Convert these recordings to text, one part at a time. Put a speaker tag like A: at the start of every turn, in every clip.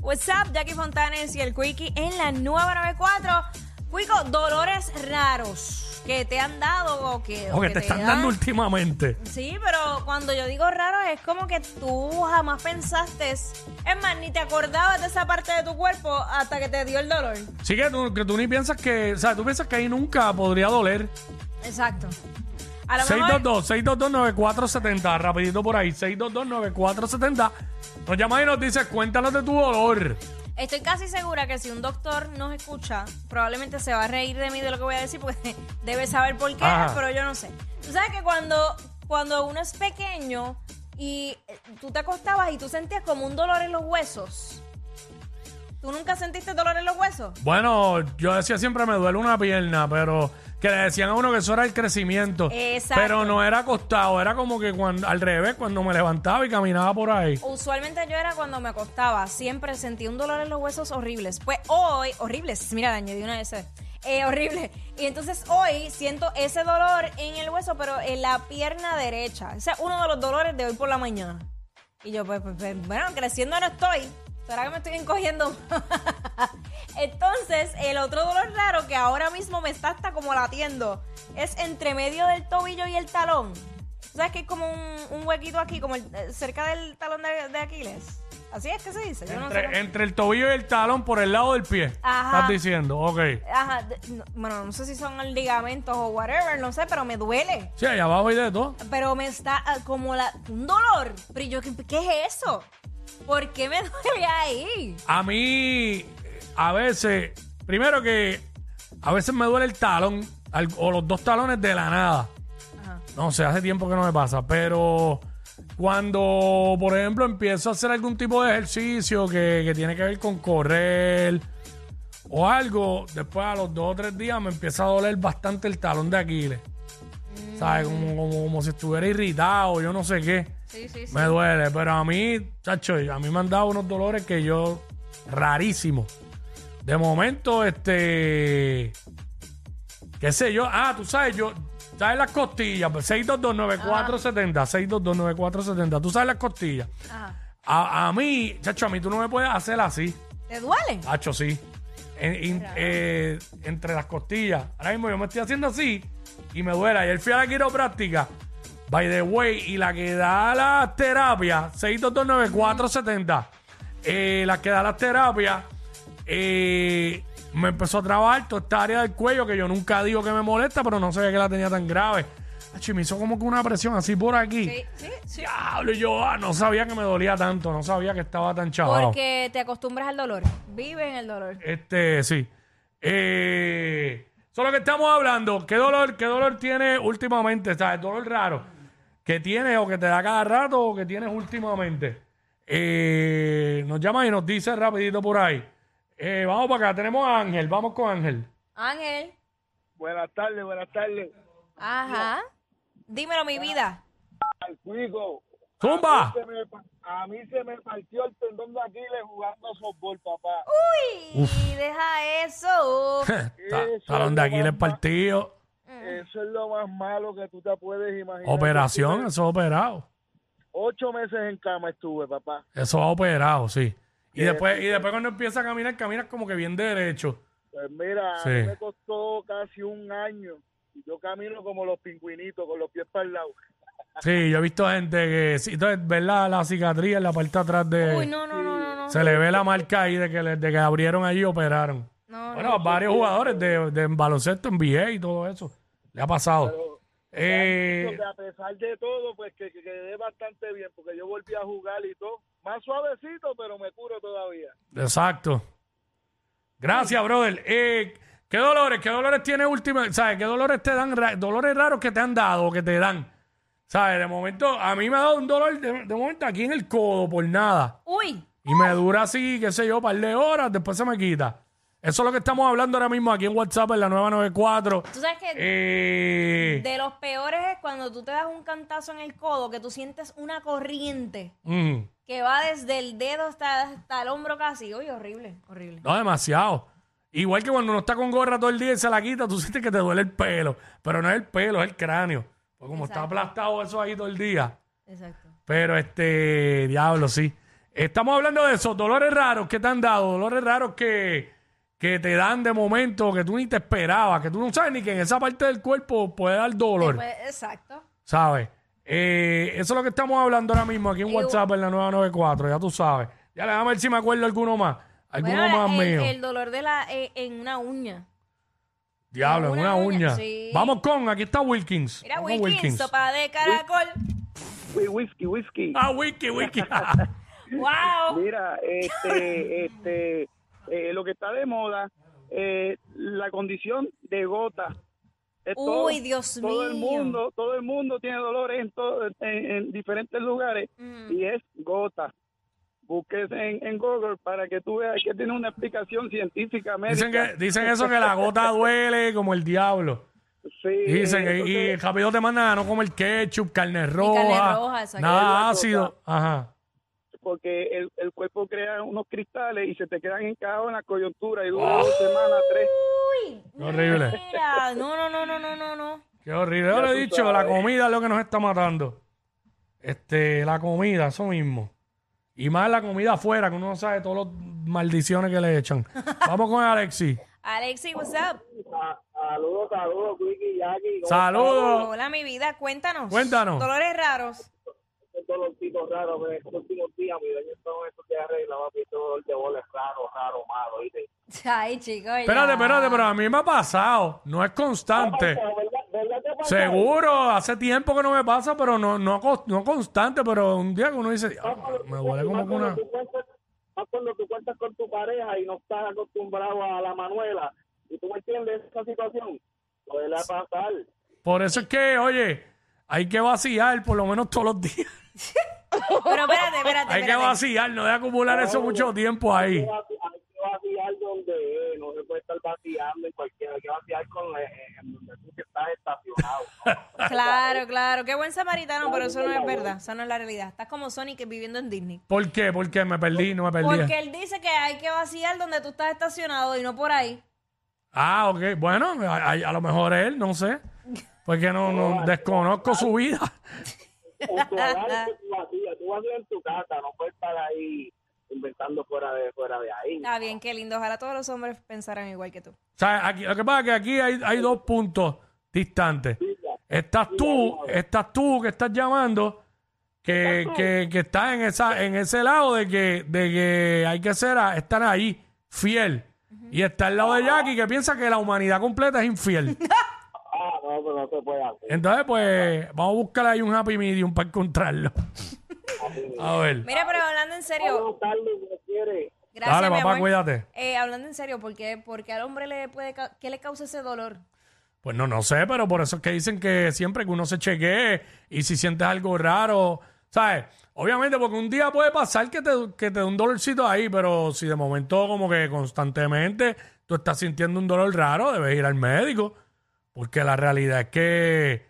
A: What's up, Jackie Fontanes y el Quickie en la nueva 94. Quico, dolores raros que te han dado o que,
B: O Oh, que te están dando
A: dan.
B: últimamente.
A: Sí, pero cuando yo digo raro es como que tú jamás pensaste, es más, ni te acordabas de esa parte de tu cuerpo hasta que te dio el dolor.
B: Sí que tú, que tú ni piensas que, o sea, tú piensas que ahí nunca podría doler.
A: Exacto. A lo mejor
B: 622 622-9470, rapidito por ahí, 622-9470. Nos llamas y nos dices, cuéntanos de tu dolor.
A: estoy casi segura que si un doctor nos escucha, probablemente se va a reír de mí de lo que voy a decir porque debe saber por qué,
B: Ajá.
A: pero yo no sé. Tú sabes que cuando, cuando uno es pequeño y eh, tú te acostabas y tú sentías como un dolor en los huesos. ¿Tú nunca sentiste dolor en los huesos?
B: Bueno, yo decía siempre me duele una pierna, pero que le decían a uno que eso era el crecimiento.
A: Exacto.
B: Pero no era acostado, era como que cuando, al revés, cuando me levantaba y caminaba por ahí.
A: Usualmente yo era cuando me acostaba, siempre sentía un dolor en los huesos horribles. Pues hoy, horribles, mira, le añadí una S. Eh, horrible. Y entonces hoy siento ese dolor en el hueso, pero en la pierna derecha. Ese es uno de los dolores de hoy por la mañana. Y yo, pues, pues, pues, bueno, creciendo no estoy. ¿Será que me estoy encogiendo? entonces, el otro dolor raro que ahora mismo me está hasta como latiendo es entre medio del tobillo y el talón. ¿Tú ¿Sabes que es como un, un huequito aquí, como el- eh, cerca del talón de, de Aquiles? Así es que se dice. Yo no sé cómo-
B: Entre, entre el tobillo y el talón, por el lado del pie.
A: Ajá.
B: Estás diciendo, ok.
A: Ajá, de- no- bueno, no sé si son ligamentos o whatever, no sé, pero me duele.
B: Sí, allá abajo hay de todo.
A: Pero me está ah, como la, un dolor. Pero yo, ¿qué, qué es eso? ¿Por qué me duele ahí?
B: A mí, a veces, primero que a veces me duele el talón al- o los dos talones de la nada.
A: Ajá.
B: No sé, hace tiempo que no me pasa, pero cuando, por ejemplo, empiezo a hacer algún tipo de ejercicio que, que tiene que ver con correr o algo, después a los dos o tres días me empieza a doler bastante el talón de Aquiles. ¿Sabes? Como, como, como si estuviera irritado, yo no sé qué.
A: Sí, sí,
B: Me duele, pero a mí, chacho, a mí me han dado unos dolores que yo, rarísimo. De momento, este, qué sé yo, ah, tú sabes, yo, sabes las costillas, Pues, 6229470, 6229470, tú sabes las costillas.
A: Ajá.
B: A, a mí, chacho, a mí tú no me puedes hacer así,
A: ¿Te duele?
B: chacho, sí. En- in- eh, entre las costillas. Ahora mismo yo me estoy haciendo así y me duele. Ayer fui a la quiropráctica. By the way, y la que da las terapias, 6229470, eh, la que da las terapias, eh, me empezó a trabajar toda esta área del cuello que yo nunca digo que me molesta, pero no sabía que la tenía tan grave. Acho, y me hizo como que una presión así por aquí.
A: sí, sí.
B: Diablo, y yo ah, no sabía que me dolía tanto, no sabía que estaba tan chavado.
A: Porque te acostumbras al dolor. Vive en el dolor.
B: Este, sí. Eh, eso es lo que estamos hablando. ¿Qué dolor, qué dolor tiene últimamente? ¿Sabes? dolor raro. que tienes o que te da cada rato o que tienes últimamente? Eh, nos llama y nos dice rapidito por ahí. Eh, vamos para acá, tenemos a Ángel, vamos con Ángel.
A: Ángel.
C: Buenas tardes, buenas tardes.
A: Ajá. Dímelo, mi vida.
C: Al Cuico.
D: Ah,
B: ¡Zumba!
C: Se me pa- A mí se me partió el tendón de Aquiles jugando softball, papá.
A: Uy, deja eso.
B: Ta- Talón de Aquiles partido.
C: Eso es lo más malo que tú te puedes imaginar.
B: Operación, eso es operado.
C: Ocho meses en cama estuve, papá.
B: Eso va operado, sí. Y después, y después cuando empieza a caminar, caminas como que bien derecho.
C: Pues mira, a
B: Sí.
C: mí me costó casi un año. Y yo camino como los pingüinitos, con los pies para el lado.
B: Sí, yo he visto gente que. sí, entonces, ver la, la cicatriz en la parte de atrás de.
A: Uy, no, no, no, no, no.
B: Se le ve la marca ahí de que, le- de que abrieron allí y operaron.
A: No,
B: bueno, a varios jugadores de, de baloncesto, NBA y todo eso. Le ha pasado. Eh,
C: Dicho que a pesar de todo, pues que, que quedé bastante bien, porque yo volví a jugar y todo. Más suavecito, pero me curo todavía.
B: exacto. Gracias, brother. Eh, ¿Qué dolores? ¿Qué dolores tiene última? ¿Sabes? ¿Qué dolores te dan? ra- Dolores raros que te han dado o que te dan. ¿Sabes? De momento, a mí me ha dado un dolor de, de momento aquí en el codo por nada.
A: Uy,
B: Y me dura así, qué sé yo, par de horas, después se me quita. Eso es lo que estamos hablando ahora mismo aquí en WhatsApp en la 994.
A: tú sabes que
B: Eh,
A: de los peores es cuando tú te das un cantazo en el codo, que tú sientes una corriente
B: mm,
A: que va desde el dedo hasta, hasta el hombro casi. Uy, horrible, horrible.
B: no, demasiado. Igual que cuando uno está con gorra todo el día y se la quita, tú sientes que te duele el pelo. Pero no es el pelo, es el cráneo. Porque como está aplastado eso ahí todo el día.
A: Exacto.
B: Pero este, diablo, sí. Estamos hablando de esos dolores raros que te han dado, dolores raros que, que te dan de momento, que tú ni te esperabas, que tú no sabes ni que en esa parte del cuerpo puede dar dolor,
A: Después- exacto.
B: ¿sabes? Eh, eso es lo que estamos hablando ahora mismo aquí en
A: Igual.
B: WhatsApp en la 994, ya tú sabes. Ya le vamos a ver si me acuerdo alguno más. Alguno
A: Bueno,
B: más
A: el,
B: mío.
A: el dolor de la eh, en una uña.
B: Diablo, en
A: una
B: una
A: uña,
B: uña.
A: sí.
B: Vamos con, aquí está Wilkins.
A: Mira,
B: Vamos,
A: Wilkins, sopa de caracol.
D: Uy, Whisky, whisky.
B: Ah, Wiki, Wiki.
A: ¡Wow!
D: Mira, este, este, eh, lo que está de moda, eh, la condición de gota. Es todo-
A: Uy, Dios
D: Todo el
A: mío.
D: mundo, todo el mundo tiene dolores en, todo- en, en diferentes lugares
A: Mm.
D: y es gota. Busques en, en Google para que tú veas que tiene una explicación científica médica.
B: dicen, que, dicen eso que la gota duele como el diablo.
D: Sí,
B: Dicen, que-
D: entonces,
B: y rápido te mandan a no comer ketchup, carne roja,
A: roja, esa que
D: es la
B: nada
D: cosa.
B: ácido. Ajá.
D: porque el, el cuerpo crea unos cristales y se te quedan encajados en la coyuntura y
B: Ah.
D: dura dos semanas, tres.
A: Uy,
B: Qué horrible.
A: mira. No, no, no, no, no, no, no.
B: Qué horrible. Yo
D: Ya
B: le he
D: tú
B: dicho,
D: sabes.
B: la comida es lo que nos está matando. Este, la comida, eso mismo. Y más la comida afuera, que uno no sabe todas las maldiciones que le echan. Vamos con Alexi.
A: Alexi, what's up?
D: Ah, Saludos, saludos, Wiki, Jackie.
B: Saludos.
A: Hola, mi vida, cuéntanos.
B: Cuéntanos.
A: Dolores raros.
D: estos dolorcitos raros, pero estos últimos días, mi dueño, todo eso que arregla, papi, este dolor de bola es raro, raro, malo, ¿viste?
A: Ay, chicos.
B: Espérate, espérate, pero a mí me ha pasado. No es constante.
D: ¿Verdad, verdad que pasa?
B: Seguro, hace tiempo que no me pasa, pero no, no, cons- no constante, pero un día que uno dice, "Ah, me duele como que una...
D: Más cuando tú cuentas- más cuando tú cuentas con tu pareja y no estás acostumbrado a la Manuela, y tú me entiendes esa situación, puede pasar.
B: Por eso es que, oye, hay que vaciar por lo menos todos los días.
A: Pero espérate, espérate.
B: Hay que
A: espérate.
B: vaciar, no de acumular eso mucho tiempo ahí.
D: Hay que vaciar donde es, no se puede estar vaciando en cualquier, hay que vaciar con eh, en donde tú que estás estacionado.
A: Claro, claro. Qué buen samaritano, pero eso no es verdad. Esa no es la realidad. Estás como Sonic viviendo en Disney.
B: ¿Por qué? Porque me perdí, no me perdí.
A: Porque él dice que hay que vaciar donde tú estás estacionado y no por ahí.
B: Ah, ok. Bueno, a, a- a lo mejor él, no sé. Porque no, no desconozco su vida.
D: en tu hogar tú vacías, tú vacías en tu casa, no puedes estar ahí inventando fuera de fuera de ahí.
A: Está bien, qué lindo. Ojalá todos los hombres pensaran igual que tú.
B: O sea, aquí, lo que pasa es que aquí hay, hay dos puntos distantes. Estás tú, estás tú que estás llamando, que, que, que estás en esa, en ese lado de que, de que hay que ser, a- estar ahí, fiel. Y está al lado de Jackie que piensa que la humanidad completa es infiel.
D: Ah, no, pero no se puede hacer.
B: Entonces, pues, vamos a buscar ahí un happy medium para encontrarlo. a ver.
A: Mira, pero hablando en serio,
D: Carlos, no quiere.
A: gracias,
B: Dale,
A: mi
B: papá,
A: amor.
B: cuídate.
A: Eh, hablando en serio, ¿por qué, por qué al hombre le puede ca- qué le causa ese dolor?
B: Pues no, no sé, pero por eso es que dicen que siempre que uno se chequee y si sientes algo raro, ¿sabes? Obviamente, porque un día puede pasar que te, que te dé un dolorcito ahí, pero si de momento como que constantemente tú estás sintiendo un dolor raro, debes ir al médico, porque la realidad es que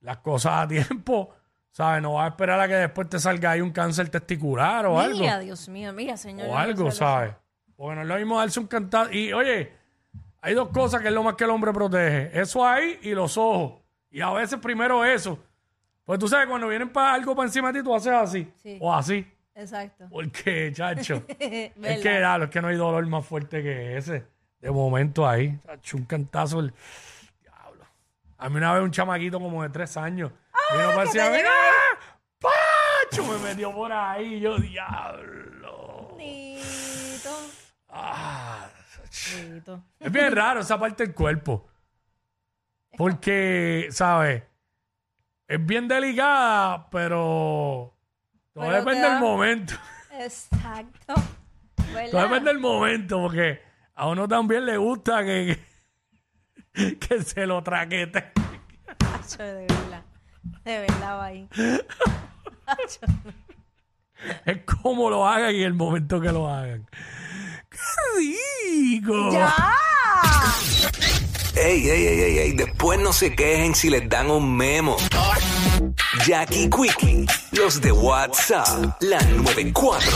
B: las cosas a tiempo, ¿sabes? No vas a esperar a que después te salga ahí un cáncer testicular o algo.
A: Mira, Dios mío, mira, señor.
B: O
A: yo no
B: algo,
A: sé.
B: ¿sabes? Porque no es lo mismo darse un cantar. Y oye, hay dos cosas que es lo más que el hombre protege. Eso ahí y los ojos. Y a veces primero eso. Pues tú sabes, cuando vienen para algo para encima de ti, tú haces así.
A: Sí.
B: O así.
A: Exacto.
B: Porque, chacho, es
A: ¿Verdad?
B: que, dalo, es que no hay dolor más fuerte que ese. De momento ahí. Chacho, un cantazo. el- Diablo. A mí una vez un chamaquito como de tres años. vino para
A: que te
B: encima de mí,
A: llegó ahí.
B: ¡Ah! ¡Pacho! Me metió por ahí. Yo, diablo.
A: Tito,
B: Ah,
A: tito.
B: es bien raro esa parte del cuerpo. Porque, ¿sabes? Es bien delicada, pero. Todo
A: Pero te
B: depende
A: da-
B: del momento.
A: Exacto. ¿Verdad?
B: Todo depende del momento, porque a uno también le gusta que, que, que se lo traquete.
A: Acho, de verdad. De verdad, va ahí.
B: Es como lo hagan y el momento que lo hagan. ¡Qué rico!
A: ¡Ya!
E: Ey, ey, ey, ey, ey, después no se quejen si les dan un memo. Jackie Quickie, los de WhatsApp, la 94.